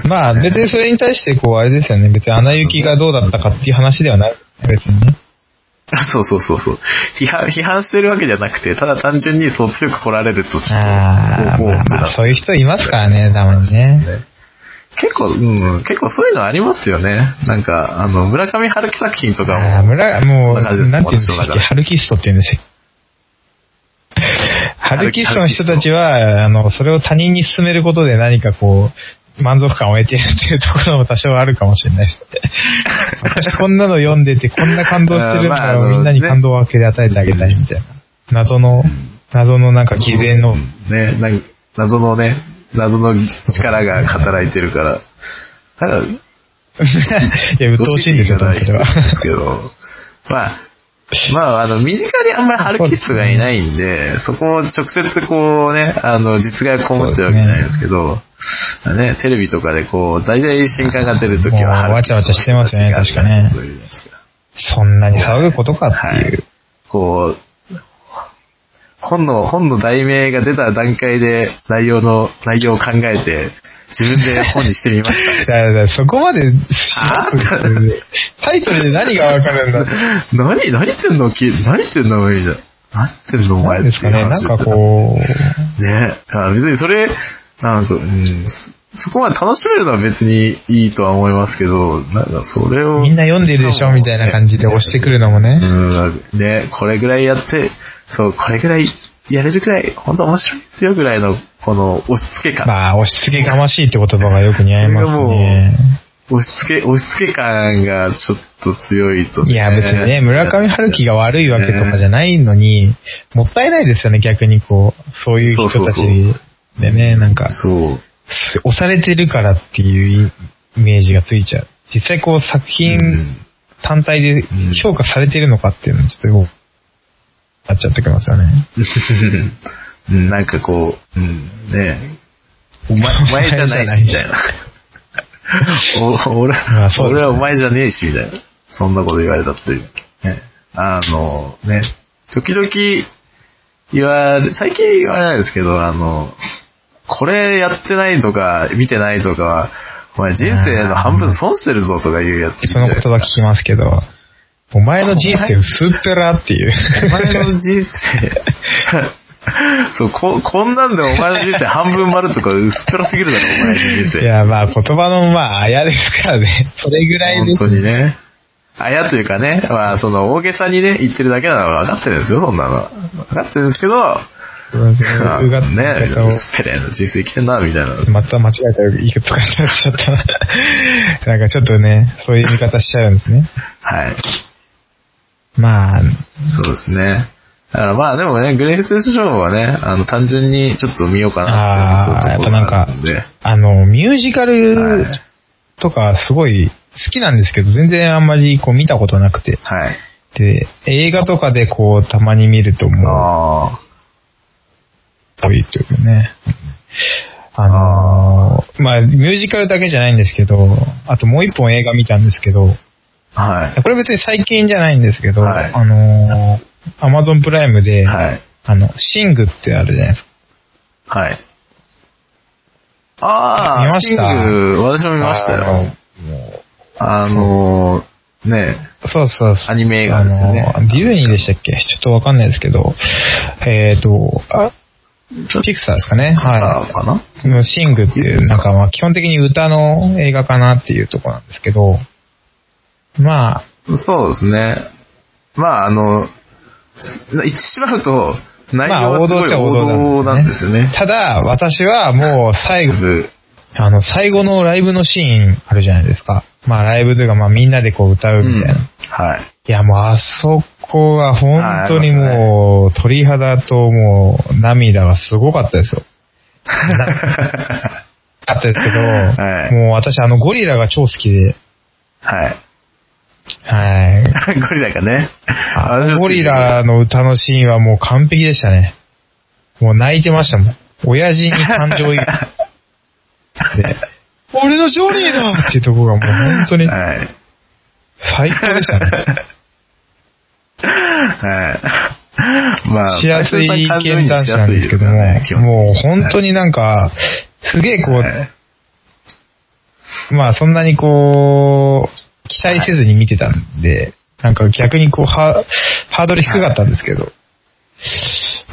Speaker 2: まあ別にそれに対してこうあれですよね。別に穴行きがどうだったかっていう話ではない。別にね。
Speaker 1: あ そうそうそうそう。批判、批判してるわけじゃなくて、ただ単純にそう強く来られると、ちょっと、
Speaker 2: あー
Speaker 1: こうこう
Speaker 2: まあ
Speaker 1: って
Speaker 2: ま
Speaker 1: な
Speaker 2: あ
Speaker 1: っ
Speaker 2: そういう人いますからね、たまにね。
Speaker 1: ね結構、うん、結構そういうのありますよね。なんか、あの、村上春樹作品とか
Speaker 2: ああ、
Speaker 1: も、
Speaker 2: 村、もう、
Speaker 1: そんな
Speaker 2: なん
Speaker 1: 感
Speaker 2: て
Speaker 1: じです
Speaker 2: 言
Speaker 1: 私の
Speaker 2: うんでしたっ
Speaker 1: 中
Speaker 2: け、
Speaker 1: で
Speaker 2: ハルキストって言うんですよ。ハルキストの人たちは、あの、それを他人に勧めることで何かこう、満足感を得てるっていうところも多少あるかもしれないで すね。私こんなの読んでて、こんな感動してるんだ
Speaker 1: あーまあ
Speaker 2: みんなに感動を分けて与えてあげたいみたいな。謎の、謎のなんか偽善の、
Speaker 1: ね、なんか謎のね、謎の力が働いてるから、ただ、
Speaker 2: いや、鬱陶しいんですよ、
Speaker 1: どうし
Speaker 2: 私
Speaker 1: ていい
Speaker 2: は
Speaker 1: か。ないんですけど、まあ、 まあ、あの、身近にあんまりハルキストがいないんで、そこを直接こうね、あの、実害をこもってるわけじゃないですけど、ねテレビとかでこう、大体新刊が出るときは、
Speaker 2: もうわちゃわちゃしてますよね確かね
Speaker 1: そういうじゃないですか。
Speaker 2: そんなに騒ぐことかっていう。
Speaker 1: こう、本の、本の題名が出た段階で内容の、内容を考えて、自分で本にしてみました。
Speaker 2: だからだからそこまで、タイトルで何がわかるんだって。
Speaker 1: 何、何言ってんのき何言ってんのみたいな。何言ってんのお前
Speaker 2: 何ですかね、なんかこう、
Speaker 1: う。ねあ別にそれ、なんか、うん、そそこまで楽しめるのは別にいいとは思いますけど、なんかそれを。
Speaker 2: みんな読んでるでしょみたいな感じで押してくるのも
Speaker 1: う
Speaker 2: ね。
Speaker 1: ん、ね、これぐらいやって、そう、これぐらいやれるくらい、本当面白いですよぐらいの、この押し付け感。
Speaker 2: まあ、押し付けがましいって言葉がよく似合いますね。
Speaker 1: 押し付け、押し付け感がちょっと強いと、
Speaker 2: いや、別にね、村上春樹
Speaker 1: が。
Speaker 2: が悪いわけとかじゃないのに、もったいないですよね、逆にこう、そういう人たちでね、なんか、
Speaker 1: そう。
Speaker 2: 押されてるからっていうイメージがついちゃう。実際こう、作品単体で評価されてるのかっていうのちょっとよくなっちゃってきますよね。
Speaker 1: うんなんかこう、うん、ねお 前、お前じゃないし、みたいな。お俺
Speaker 2: まあそうで
Speaker 1: 俺
Speaker 2: すね
Speaker 1: はお前じゃねえし、みたいな。そんなこと言われたっていう。ね、あの、ね、時々言われ、最近言われないですけど、あの、これやってないとか、見てないとかは、お前人生の半分損してるぞとかいうやつ。
Speaker 2: その言葉聞きますけど、お前の人生薄っぺらっていう。
Speaker 1: お前の人生、 そうこ、こんなんでお前の人生半分丸とか薄っぺらすぎるだろ、お前の人生。
Speaker 2: いや、まあ言葉のまあ、あやですからね。それぐらいで
Speaker 1: 本
Speaker 2: す
Speaker 1: 当。にね。あやというかね、まあ、その、大げさにね、言ってるだけなのは分かってるんですよ、そんなの。分かってるんですけど、まあ
Speaker 2: うがった
Speaker 1: ね
Speaker 2: 言い、方を。
Speaker 1: 薄っぺらいの人生生きてんな、みたいな。
Speaker 2: また間違えた言い方が出ちゃったな。なんかちょっとね、そういう見方しちゃうんですね。
Speaker 1: はい。
Speaker 2: まあ、
Speaker 1: そうですね。だからまあでもね、グレイフセスショーはね、あの、単純にちょっと見ようかな
Speaker 2: ああ、
Speaker 1: て
Speaker 2: や
Speaker 1: い
Speaker 2: っ
Speaker 1: う
Speaker 2: ぱなん
Speaker 1: と
Speaker 2: か
Speaker 1: ころんで。、
Speaker 2: あの、ミュージカル
Speaker 1: はい
Speaker 2: とかすごい好きなんですけど、全然あんまりこう見たことなくて。
Speaker 1: はい。
Speaker 2: で、映画とかでこうたまに見るとも
Speaker 1: ああ。
Speaker 2: う、多いというかね。あのーまあ、ミュージカルだけじゃないんですけど、あともう一本映画見たんですけど、
Speaker 1: はい。
Speaker 2: これ別に最近じゃないんですけど、
Speaker 1: はい
Speaker 2: あのー、アマゾンプライムで、
Speaker 1: はい。
Speaker 2: あの、シングってあるじゃないですか。
Speaker 1: はい。ああ、
Speaker 2: 見ました
Speaker 1: シング、私も見ましたよ。
Speaker 2: あの。も
Speaker 1: あのー、ね
Speaker 2: うそうそうそう。
Speaker 1: アニメ映画ですよね
Speaker 2: あのーディズニーでしたっけちょっとわかんないですけど、えっ、と、あ
Speaker 1: ちょっと
Speaker 2: ピクサーですかね。はい。
Speaker 1: かな
Speaker 2: そのシングっていう、なんかまあ基本的に歌の映画かなっていうところなんですけど、まあ、
Speaker 1: そうですね。まあ、あの、す言ってしまうと、内
Speaker 2: まあ
Speaker 1: 容は
Speaker 2: 王
Speaker 1: す
Speaker 2: 道
Speaker 1: ご
Speaker 2: っ
Speaker 1: い
Speaker 2: ちゃ
Speaker 1: 王道
Speaker 2: 王道
Speaker 1: な
Speaker 2: なん
Speaker 1: ん
Speaker 2: で
Speaker 1: ですす
Speaker 2: よ
Speaker 1: よ
Speaker 2: ね
Speaker 1: ね。。
Speaker 2: ただ、私はもう最後、あの、最後のライブのシーンあるじゃないですか。まあライブというか、まあみんなでこう歌う
Speaker 1: う
Speaker 2: み
Speaker 1: ん
Speaker 2: たいな。い
Speaker 1: はい。
Speaker 2: や、もうあそこは本当にもう、鳥肌ともう涙がすごかったですよ。かったですけど、
Speaker 1: はい
Speaker 2: もう私あのゴリラが超好きで、
Speaker 1: はい。
Speaker 2: はい。
Speaker 1: ゴリラがね。私も好きです
Speaker 2: ゴリ。ラの歌のシーンはもう完璧でしたね。もう泣いてましたもん。親父に感情移 入で俺のジョニーだっていうところがもう本当に
Speaker 1: はい。
Speaker 2: 最高でし たね。
Speaker 1: はい。まあ、
Speaker 2: しやすい
Speaker 1: 感情移
Speaker 2: 剣
Speaker 1: 入
Speaker 2: 男
Speaker 1: し
Speaker 2: 子
Speaker 1: や
Speaker 2: なん
Speaker 1: すい
Speaker 2: ですけど
Speaker 1: よ
Speaker 2: も、
Speaker 1: ね基本
Speaker 2: もう本当になんか、すげえこ、
Speaker 1: はいう
Speaker 2: まあそんなにこう、期待せずに見てたんで、なんか逆にこう、ハハードル低かったんですけど、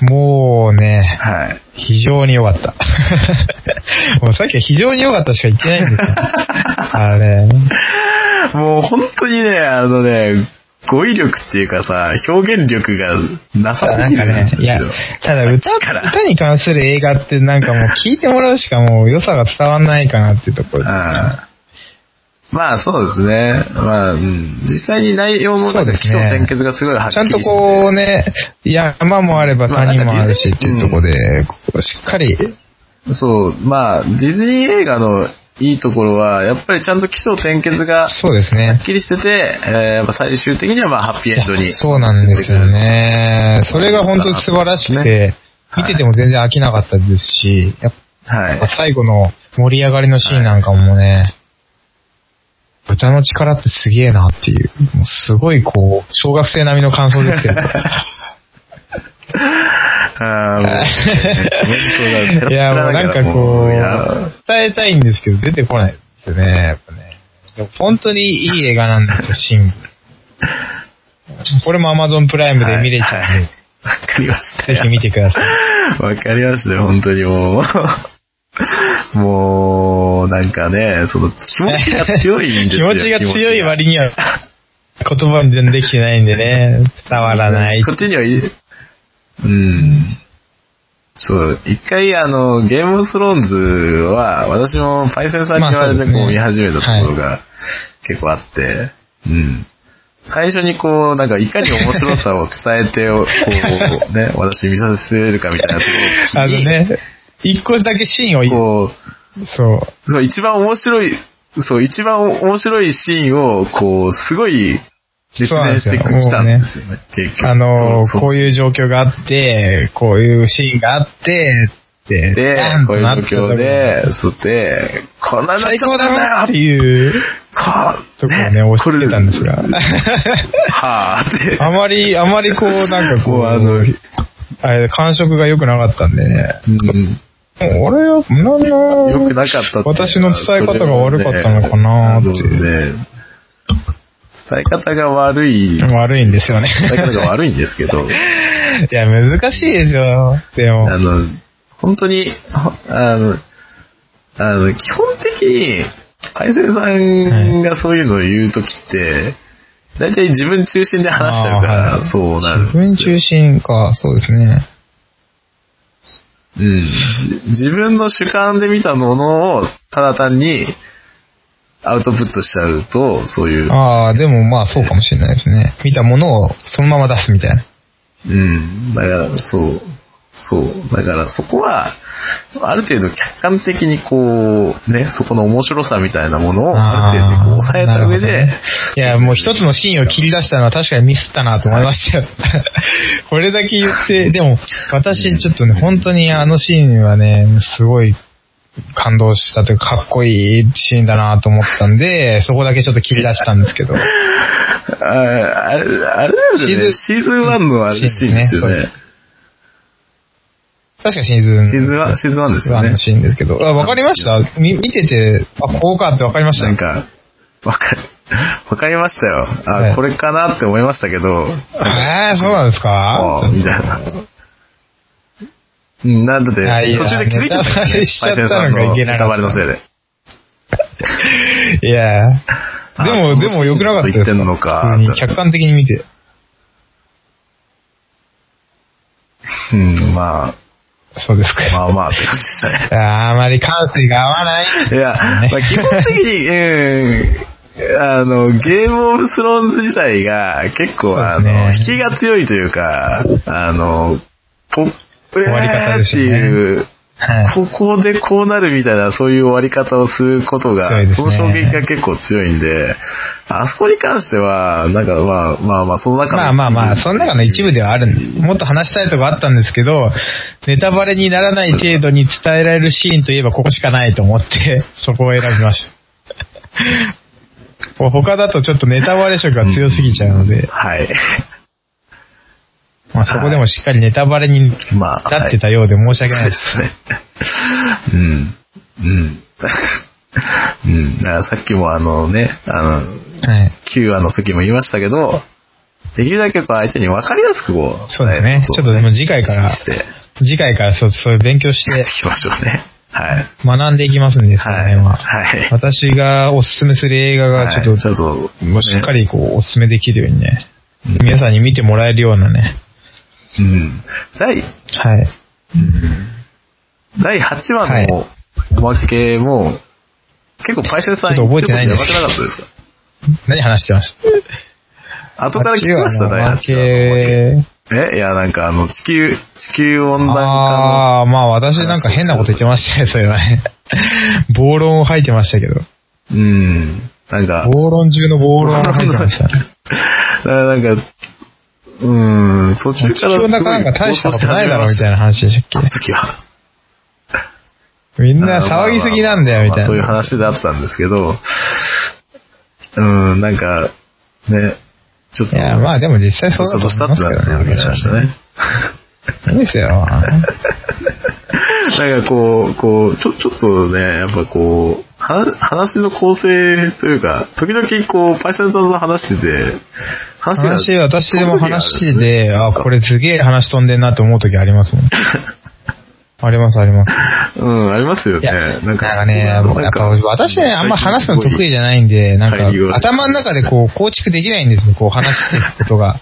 Speaker 2: もうね、
Speaker 1: はい。
Speaker 2: 非常に良 かった。もうさっきは非常に良かったしか言ってないんですよ。あれ、
Speaker 1: もう本当にね、あのね、語彙力っていうかさ、表現力がなさ
Speaker 2: な
Speaker 1: す
Speaker 2: ん
Speaker 1: ぎる
Speaker 2: か
Speaker 1: 感
Speaker 2: ね
Speaker 1: じ、
Speaker 2: いや
Speaker 1: ですよ。、
Speaker 2: ただ歌、
Speaker 1: から
Speaker 2: 歌に関する映画ってなんかもう聞いてもらうしかもう良さが伝わんないかなっていうところ
Speaker 1: うん
Speaker 2: ですね。
Speaker 1: まあそうですね。まあ、うん実際に内容もなんか
Speaker 2: そうで
Speaker 1: 基
Speaker 2: す
Speaker 1: 礎
Speaker 2: ね
Speaker 1: 点結がすごいはっき
Speaker 2: ちゃん
Speaker 1: り
Speaker 2: と
Speaker 1: してて
Speaker 2: こうね、山もあれば
Speaker 1: まあ
Speaker 2: 谷もあるし
Speaker 1: なん
Speaker 2: っ
Speaker 1: かディズ
Speaker 2: て
Speaker 1: ニー
Speaker 2: いうところで、ここしっかり、
Speaker 1: そう、まあ、ディズニー映画のいいところは、やっぱりちゃんと基礎点結が
Speaker 2: そうです
Speaker 1: は
Speaker 2: ね
Speaker 1: っ。きりしてて、えーやっぱ最終的にはまあハッピーエンドに。
Speaker 2: そうなんですよね。それが本当に素晴らしくて、
Speaker 1: はい
Speaker 2: 見てても全然飽きなかったですし、やっ
Speaker 1: はい
Speaker 2: ぱ。最後の盛り上がりのシーンなんかもね、豚の力ってすげえなっていう、もうすごいこう、小学生並みの感想ですけど。
Speaker 1: ああ、もう、本当だ
Speaker 2: いや、もうなんかこ
Speaker 1: いや
Speaker 2: う、伝えたいんですけど、出てこないですよね、やっぱね。でも本当にいい映画なんですよ、シング。これも Amazon プライムで見れちゃうんで、
Speaker 1: わかりました
Speaker 2: ぜひ 見てください。
Speaker 1: わかりましたよ、本当にもう。もう、なんかね、その、気持ちが強いんです
Speaker 2: 気
Speaker 1: よ。
Speaker 2: 持ちが強い
Speaker 1: に
Speaker 2: 割には、言葉に全然できてないんでね、伝わらない。
Speaker 1: こっちにはい、うん。そう、一回あの、ゲームオブスローンズは、私もパイセンさんに言われ
Speaker 2: まあそう
Speaker 1: て
Speaker 2: ですね
Speaker 1: こう見始めたところが結構あって、うん。最初にこう、なんかいかに面白さを伝えて、こう、 ね、私見させるかみたいなところ
Speaker 2: あ
Speaker 1: を聞
Speaker 2: の
Speaker 1: き
Speaker 2: ね、一個だけシーンをい、
Speaker 1: こう、
Speaker 2: そう。
Speaker 1: そう、一番面白い、そう、一番面白いシーンを、こう、すごい、熱弁してきたんですよね、結局。
Speaker 2: あの、
Speaker 1: そうそう
Speaker 2: こういう状況があって、こういうシーンがあって、って、
Speaker 1: で
Speaker 2: ダン、
Speaker 1: ことう
Speaker 2: なっ
Speaker 1: い
Speaker 2: た
Speaker 1: う状況で、そうで、こんなの
Speaker 2: 最
Speaker 1: ちょ
Speaker 2: 高
Speaker 1: っと
Speaker 2: だ
Speaker 1: だ
Speaker 2: な
Speaker 1: よ
Speaker 2: っていう
Speaker 1: こと
Speaker 2: こをね、押し付けたんですが。
Speaker 1: はぁ、って。
Speaker 2: あまり、あまりこう、なんかこう、
Speaker 1: もうあの
Speaker 2: あれ、感触が良くなかったんでね。
Speaker 1: うん
Speaker 2: 俺は、なんだ
Speaker 1: 良くなかったっていう
Speaker 2: 私の伝え方が悪かったのかなーって
Speaker 1: それもねあのね伝え方が悪い、伝
Speaker 2: 悪いんですよね。
Speaker 1: え方が悪いんですけど、
Speaker 2: いや、難しいですよ。でも
Speaker 1: あ。の、本当に、ほあの、あの、基本的に、海鮮さんがそういうのを言うときって、大体自分中心で話しちゃうから、
Speaker 2: あーはい
Speaker 1: そうなるん
Speaker 2: 自分
Speaker 1: ですよ
Speaker 2: 中心か、そうですね。
Speaker 1: うん。じ自分の主観で見たものを、ただ単に、アウトプットしちゃうと、そういう、
Speaker 2: ああ、でもまあそうかもしれないですね。見たものをそのまま出すみたいな。
Speaker 1: うん。だから、そう。そう。だから、そこは、ある程度客観的にこう、ね、そこの面白さみたいなものを、ある程度こう抑えた上
Speaker 2: あーな
Speaker 1: で
Speaker 2: るほど、ねいや、もう一つのシーンを切り出したのは確かにミスったなと思いましたよ。 これだけ言って、でも私ちょっとね、本当にあのシーンはね、すごい感動したというか、かっこいいシーンだなと思ったんで、そこだけちょっと切り出したんですけど。
Speaker 1: ああれ、あれですよね。シーズン1のあれシーンですよね。
Speaker 2: 確かシーズン。
Speaker 1: シーズン1、シーズン1ですよ
Speaker 2: あ
Speaker 1: ね
Speaker 2: の。シーンですけど。あわかりましたみ見てて、あ、こうかってわかりました
Speaker 1: なんか、わか、わかりましたよ。あ、
Speaker 2: はい
Speaker 1: これかなって思いましたけど、
Speaker 2: ええそうなんですか
Speaker 1: ああみたいな。うんなんだって、
Speaker 2: あいや
Speaker 1: 途中で気づいちゃったよね
Speaker 2: ネタバレしちゃったのがいけなか
Speaker 1: パ
Speaker 2: った
Speaker 1: イセンさんのネタバレのせいで。
Speaker 2: いや
Speaker 1: あ
Speaker 2: でも、でも良くなかったです。
Speaker 1: 言ってんのか
Speaker 2: 普通に客観的に見て。
Speaker 1: うん、まあ、
Speaker 2: そうですか。
Speaker 1: まあまあって感じでしたね。
Speaker 2: あー、あまり感性が合わない。
Speaker 1: い や、まあ、基本的に、うん、あの、ゲームオブスローンズ自体が結構、あ
Speaker 2: そうですね
Speaker 1: の、引きが強いというか、あの、ポップ
Speaker 2: 終わり方ですよね
Speaker 1: っていう
Speaker 2: はい。
Speaker 1: ここでこうなるみたいな、そういう終わり方をすることが、
Speaker 2: 強いです
Speaker 1: そ
Speaker 2: ね
Speaker 1: の衝撃が結構強いんで、あそこに関しては、なんかまあまあまあ、その中の
Speaker 2: まあまあまあ、その中の一部ではあるんで、もっと話したいとこあったんですけど、ネタバレにならない程度に伝えられるシーンといえばここしかないと思って、 そこを選びま した。もう他だとちょっとネタバレ色が強すぎちゃうので、
Speaker 1: はい。
Speaker 2: まあそこでもしっかりネタバレに
Speaker 1: まあ。
Speaker 2: なってたようで申し訳ない
Speaker 1: そう
Speaker 2: で。
Speaker 1: ですすね。うん。うん。うん。だからさっきもあのね、あの、
Speaker 2: はい。
Speaker 1: 9話の時も言いましたけど、できるだけこう相手に分かりやすくこう、
Speaker 2: そうですね
Speaker 1: こ
Speaker 2: ちょっとでも次回から
Speaker 1: して
Speaker 2: 次回からそう、そういう勉強し
Speaker 1: やってていきましょうね。はい。
Speaker 2: 学んでいきますんで、その
Speaker 1: はい。
Speaker 2: 辺は。
Speaker 1: はい。
Speaker 2: 私がおすすめする映画がちょっ
Speaker 1: はいちょっ
Speaker 2: と、
Speaker 1: と、
Speaker 2: もうしっか
Speaker 1: り、
Speaker 2: りこう、おすすめできるようにね、
Speaker 1: うん
Speaker 2: 皆さんに見てもらえるようなね、
Speaker 1: うん。第、
Speaker 2: はい。
Speaker 1: 第8話のおまけも、結構パイセンさん
Speaker 2: ちょっと覚えてないん
Speaker 1: 言
Speaker 2: で
Speaker 1: ってこと
Speaker 2: す
Speaker 1: やばくなかったですか
Speaker 2: 何話してました
Speaker 1: 後から聞きました、第8
Speaker 2: あっちは
Speaker 1: 話のおまけ。
Speaker 2: ね
Speaker 1: えいや、なんかあの、地球、地球温暖化
Speaker 2: ああ、まあ私なんか変なこと言ってましたね、それは ね。暴論を吐いてましたけど。
Speaker 1: の、うん。なんか、
Speaker 2: 暴論中の暴論を吐いてましたね。
Speaker 1: なんか、うん、途中
Speaker 2: 地
Speaker 1: から
Speaker 2: 球なんかなんか大したことないだろ、みたい
Speaker 1: な。
Speaker 2: な話でした
Speaker 1: あ
Speaker 2: っ
Speaker 1: の時は。
Speaker 2: け。みんな騒ぎすぎなんだよ、み
Speaker 1: まあまあまあ
Speaker 2: たい
Speaker 1: まあそういう
Speaker 2: な。
Speaker 1: 話だったんですけど、うん、なんか、ね、ちょっ
Speaker 2: い
Speaker 1: と、
Speaker 2: や、まあでも実際そうだ
Speaker 1: そう
Speaker 2: と
Speaker 1: と
Speaker 2: 思
Speaker 1: した
Speaker 2: い
Speaker 1: っ
Speaker 2: ま
Speaker 1: て
Speaker 2: す
Speaker 1: な
Speaker 2: け
Speaker 1: ってる
Speaker 2: どね。
Speaker 1: 気がしましたね。
Speaker 2: いいですよ。
Speaker 1: なんかこう、こう、ちょ、ちょっとね、やっぱこう、は話の構成というか、時々こう、パイセンさんの話で、話が
Speaker 2: 話、私でも話で、あ、こ
Speaker 1: れ。
Speaker 2: れすげえ話飛んでんなって思う時ありま すもん。あります、あります。
Speaker 1: うん、ありますよ
Speaker 2: い
Speaker 1: ね。
Speaker 2: や
Speaker 1: な
Speaker 2: なんん
Speaker 1: か
Speaker 2: かね、やっぱ私ね、あんま話すの得意じ
Speaker 1: ゃ
Speaker 2: ゃないんで、なん
Speaker 1: 会議を
Speaker 2: か頭の中でこう構築できないんですよ、こう話していくことが。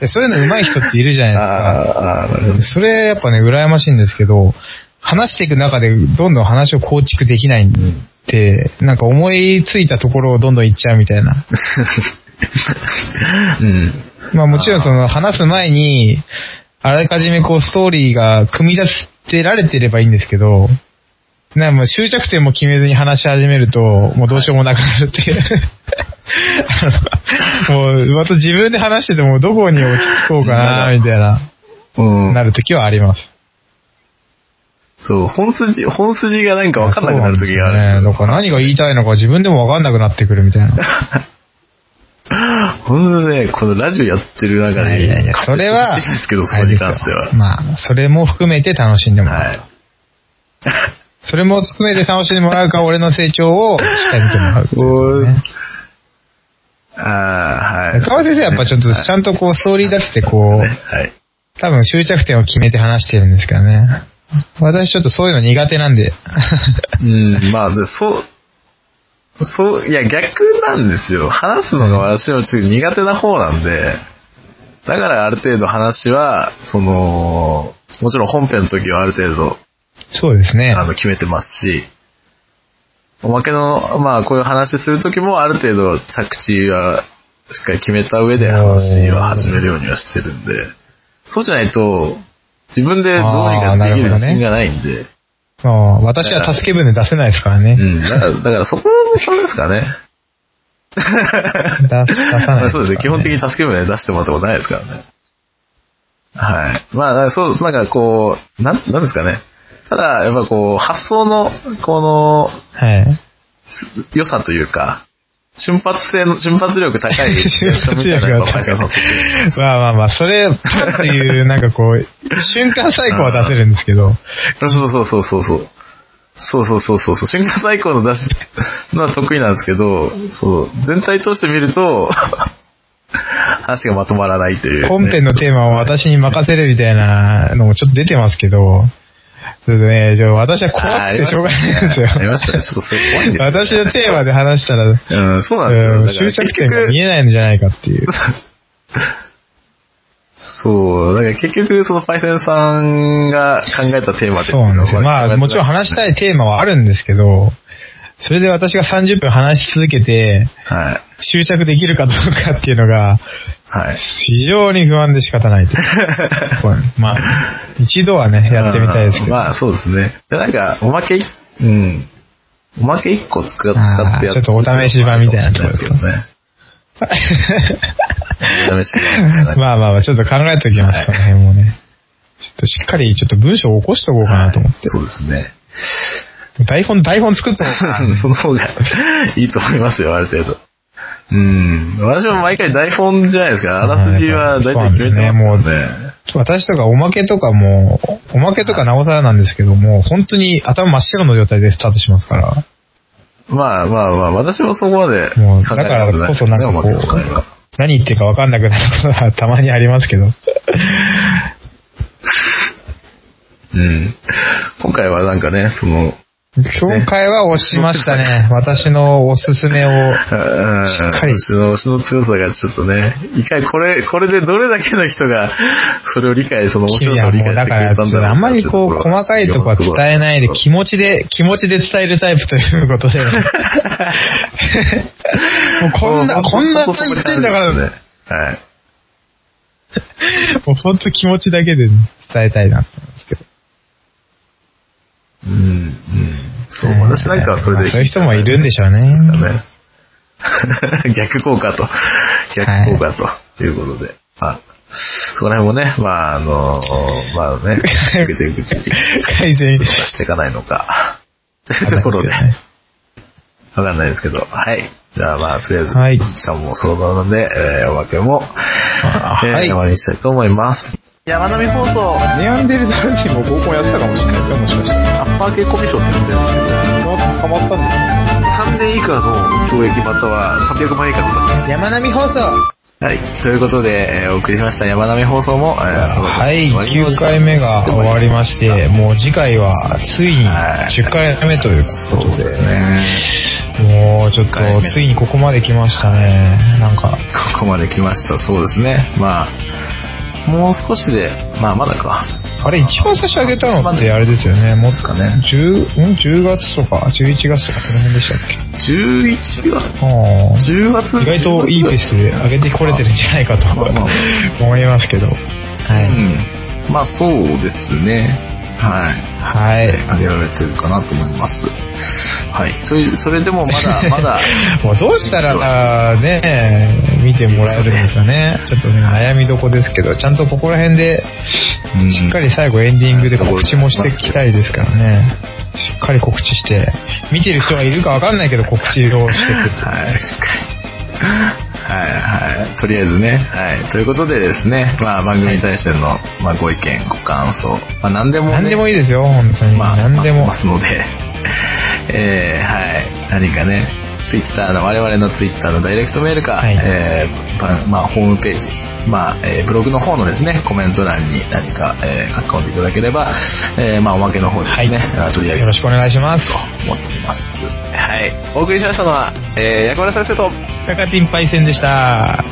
Speaker 2: でそういうの上手い人っているじゃ
Speaker 1: あ
Speaker 2: ない
Speaker 1: あ、ああ、なるほ
Speaker 2: で
Speaker 1: ど。
Speaker 2: すか。それやっぱね、羨ましいんですけど、話していく中でどんどん話を構築できないんで、なんか思いついたところをどんどん行っちゃうみたいな。
Speaker 1: うん。
Speaker 2: まあもちろんその話す前に、あらかじめこうストーリーが組み出してられてればいいんですけど、なんかもう終着点も決めずに話し始めると、もうどうしようもなくなるっていう。 あのもう、また自分で話しててもどこに落ち着こうかな、みたいな、
Speaker 1: うん。
Speaker 2: なる時はあります。
Speaker 1: そう、本筋、本筋がなんか分かんなくなる時がある
Speaker 2: そ
Speaker 1: ん
Speaker 2: うなんですよね。
Speaker 1: です
Speaker 2: だ
Speaker 1: よ。
Speaker 2: から何が言いたいのか自分でもわかんなくなってくるみたいな。
Speaker 1: ほんとね、このラジオやってる中で、
Speaker 2: いやいや、それは、
Speaker 1: 難しいですけど、それに関して
Speaker 2: あれ
Speaker 1: は
Speaker 2: です。よまあ、それも含めて楽しんでもらう。
Speaker 1: はい。
Speaker 2: それも含めて楽しんでもらうか、俺の成長をしっかり見てもらうっていうこと
Speaker 1: おー
Speaker 2: ね。
Speaker 1: ああ、はい。
Speaker 2: 川先生はやっぱちょっとちゃんとこう、ストーリー出してこう、
Speaker 1: はい。
Speaker 2: 多分終着点を決めて話してるんですけどね。私ちょっとそういうの苦手な んで。
Speaker 1: うん、まあ、でそう、そう、いや、逆なんですよ。話すのが私のちょっと苦手な方なんで、だからある程度話は、その、もちろん本編の時はある程度、
Speaker 2: そうですね。
Speaker 1: あの、決めてますし、おまけの、まあ、こういう話する時もある程度着地はしっかり決めた上で話を始めるようにはしてるんで、そうじゃないと、自分でどうにかできる自信がないんで、
Speaker 2: もう私は助け舟出せないですからね。
Speaker 1: うん、だから、だからそこの差ですかね。
Speaker 2: 出出さないですから
Speaker 1: まあそうですね。基本的に助け舟出してもらったことないですからね。はい。まあ、だからそう、なんかこう、なん、なんですかね。ただ、やっぱこう、発想の、この、
Speaker 2: はい。
Speaker 1: 良さというか、瞬発性の、瞬発力高い
Speaker 2: 瞬発
Speaker 1: みたいなのが
Speaker 2: 力が
Speaker 1: やっぱ会社さんの
Speaker 2: 高
Speaker 1: 特徴
Speaker 2: い。まあまあまあ、それ、パっていう、なんかこう、瞬間最高は出せるんですけど、
Speaker 1: そうそうそうそうそう。そうそうそうそうそう。瞬間最高の出し、のは得意なんですけど、そう、全体通して見ると、 話がまとまらないという、
Speaker 2: 本編のテーマを私に任せるみたいなのもちょっと出てますけど、それでね、じゃあ私は怖くてしょうがないんですよ。
Speaker 1: あーありましたねありましたねちょっとそれ怖いんですよ
Speaker 2: 私のテーマで話したら、うん
Speaker 1: うん、そうなんですよ。だか
Speaker 2: 終
Speaker 1: ら
Speaker 2: 着
Speaker 1: 結
Speaker 2: 点が見
Speaker 1: 局、
Speaker 2: えないんじゃないかっていう。
Speaker 1: そう、だから結局、そのパイセンさんが考えたテーマでってい
Speaker 2: そうなんですよ。
Speaker 1: のは
Speaker 2: まあ、もちろん話したいテーマはあるんですけど、それで私が30分話し続けて、
Speaker 1: はい。
Speaker 2: 執着できるかどうかっていうのが、
Speaker 1: はい。
Speaker 2: 非常に不安で仕方ないと いう。こうまあ、一度はね、やってみたいです
Speaker 1: う
Speaker 2: け
Speaker 1: ん
Speaker 2: ど。
Speaker 1: まあ、そうですね。でなんか、おまけ、うん。おまけ一個使使ってや
Speaker 2: あーちょっとお試し版みたいなとこ
Speaker 1: で
Speaker 2: ですす
Speaker 1: け
Speaker 2: か
Speaker 1: どね。お試し版みたいな。
Speaker 2: まあまあまあ、ちょっと考えておきます、その辺もね。ちょっとしっかり、ちょっと文章を起こしとこうかなと思って。
Speaker 1: そうですね。
Speaker 2: 台本、台本作ったのか
Speaker 1: その方がいいと思いますよ、ある程度。うん。私も毎回台本じゃないですか。あらすじは大体決めてますからね。
Speaker 2: 私とかおまけとかも、おまけとかなおさらなんですけども、本当に頭真っ白の状態でスタートしますから。
Speaker 1: まあまあまあ、私もそこまで考
Speaker 2: もう、
Speaker 1: え
Speaker 2: だか
Speaker 1: た
Speaker 2: ら
Speaker 1: ことない
Speaker 2: こ
Speaker 1: です
Speaker 2: そ
Speaker 1: ね
Speaker 2: なんかこ
Speaker 1: おまけの会は
Speaker 2: う、何言ってるかわかんなくなることはたまにありますけど。
Speaker 1: うん。今回はなんかね、その、
Speaker 2: 今回は押しましたね。私のおすすめ
Speaker 1: し
Speaker 2: を。
Speaker 1: っ
Speaker 2: かり
Speaker 1: 私の、私の強さがちょっとね、一回これ、これでどれだけの人が、それを理解、その面白
Speaker 2: い
Speaker 1: さ
Speaker 2: や、
Speaker 1: を
Speaker 2: も
Speaker 1: 理解し
Speaker 2: う
Speaker 1: て
Speaker 2: だ
Speaker 1: く
Speaker 2: か
Speaker 1: れ
Speaker 2: ら、
Speaker 1: たん
Speaker 2: ちょ
Speaker 1: だろう
Speaker 2: っとあんまりこう、細かいとこは伝えないで、
Speaker 1: き
Speaker 2: 気持ちで、気持ちで伝えるタイプということで。もうこんな、こんなこと言ってんだから、
Speaker 1: ね。はい。
Speaker 2: もうほんと気持ちだけで伝えたいなって思うんですけど。
Speaker 1: うん、うん。そう、私なんかはそれ
Speaker 2: ま
Speaker 1: で。
Speaker 2: あそういう人もいるんでしょうね
Speaker 1: ですかね。逆効果と、逆効果ということで。まあ、そこら辺もね、まあ、あの、まあ ね、受けて、受けて、
Speaker 2: 改善。
Speaker 1: 出していかないのか。 というところで、わかんないですけど、はい。じゃあまあ、とりあえず、
Speaker 2: はい
Speaker 1: 時間もそろそろなんで、えーおまけも、
Speaker 2: あ
Speaker 1: えー
Speaker 2: はい
Speaker 1: 終わりにしたいと思います。山並放送、ア
Speaker 2: ネアンデルダル人も合コンやってたかもしれないですよ、もしかしたら。
Speaker 1: ッパー系コミションって呼んでるんですけど、
Speaker 2: 捕まったんですよ。
Speaker 1: 3年以下の懲役または300万円以下の罰金
Speaker 2: 山並放送
Speaker 1: はい。ということで、えーお送りしました山並放送も、えーそろそろ
Speaker 2: はい、
Speaker 1: 終わりの
Speaker 2: 9回目が終わりまして、もう次回はついに
Speaker 1: はい
Speaker 2: 10回目ということで、
Speaker 1: そうで
Speaker 2: もうちょっ
Speaker 1: 10回目
Speaker 2: とついにここまで来ましたね。なんか、
Speaker 1: ここまで来ました。そうですね。まあ、もう少しで、まあまだか。
Speaker 2: あれ一番最初上げたのってあれですよね、もう
Speaker 1: ですかね。
Speaker 2: 10、ん ?10 月とか11月とかその辺でしたっけ
Speaker 1: 11月、
Speaker 2: ああ
Speaker 1: 10月
Speaker 2: 意外といいペースで上げてこれてるんじゃないかと
Speaker 1: まあまあ
Speaker 2: 思いますけど。は
Speaker 1: う
Speaker 2: い。
Speaker 1: ん。まあそうですね。はい。
Speaker 2: はい。
Speaker 1: 上げられてるかなと思います。はい。という、それでもま だ、まだ、
Speaker 2: もうどうしたらあーね、見てもらえるんですかね。ちょっとね、悩みどこですけど、ちゃんとここら辺で、
Speaker 1: うん
Speaker 2: しっかり最後エンディングで告知もしていきたいですからね。しっかり告知して、見てる人がいるかわかんないけど告知をしていくと。
Speaker 1: はい、しっかり。はいはい。とりあえずね。はい。ということでですね、まあ番組に対しての、まあご意見、ご感想、まあ何でも、ね、
Speaker 2: 何でもいいですよ、本当に。
Speaker 1: まあ、
Speaker 2: 何でも。
Speaker 1: ますので、 えー、はい。何かね、ツイッターの、我々のツイッターのダイレクトメールか、
Speaker 2: はい
Speaker 1: えーばまあ、ホームページ、まあ、えーブログの方のですね、コメント欄に何か、えー書き込んでいただければ、えーまあ、おまけの方ですね、
Speaker 2: はい
Speaker 1: 取り上げ
Speaker 2: よろしくお願いします。
Speaker 1: 思っています。はい。お送りしましたのは、えー、薬丸先生と、
Speaker 2: タカティンパイセンでした。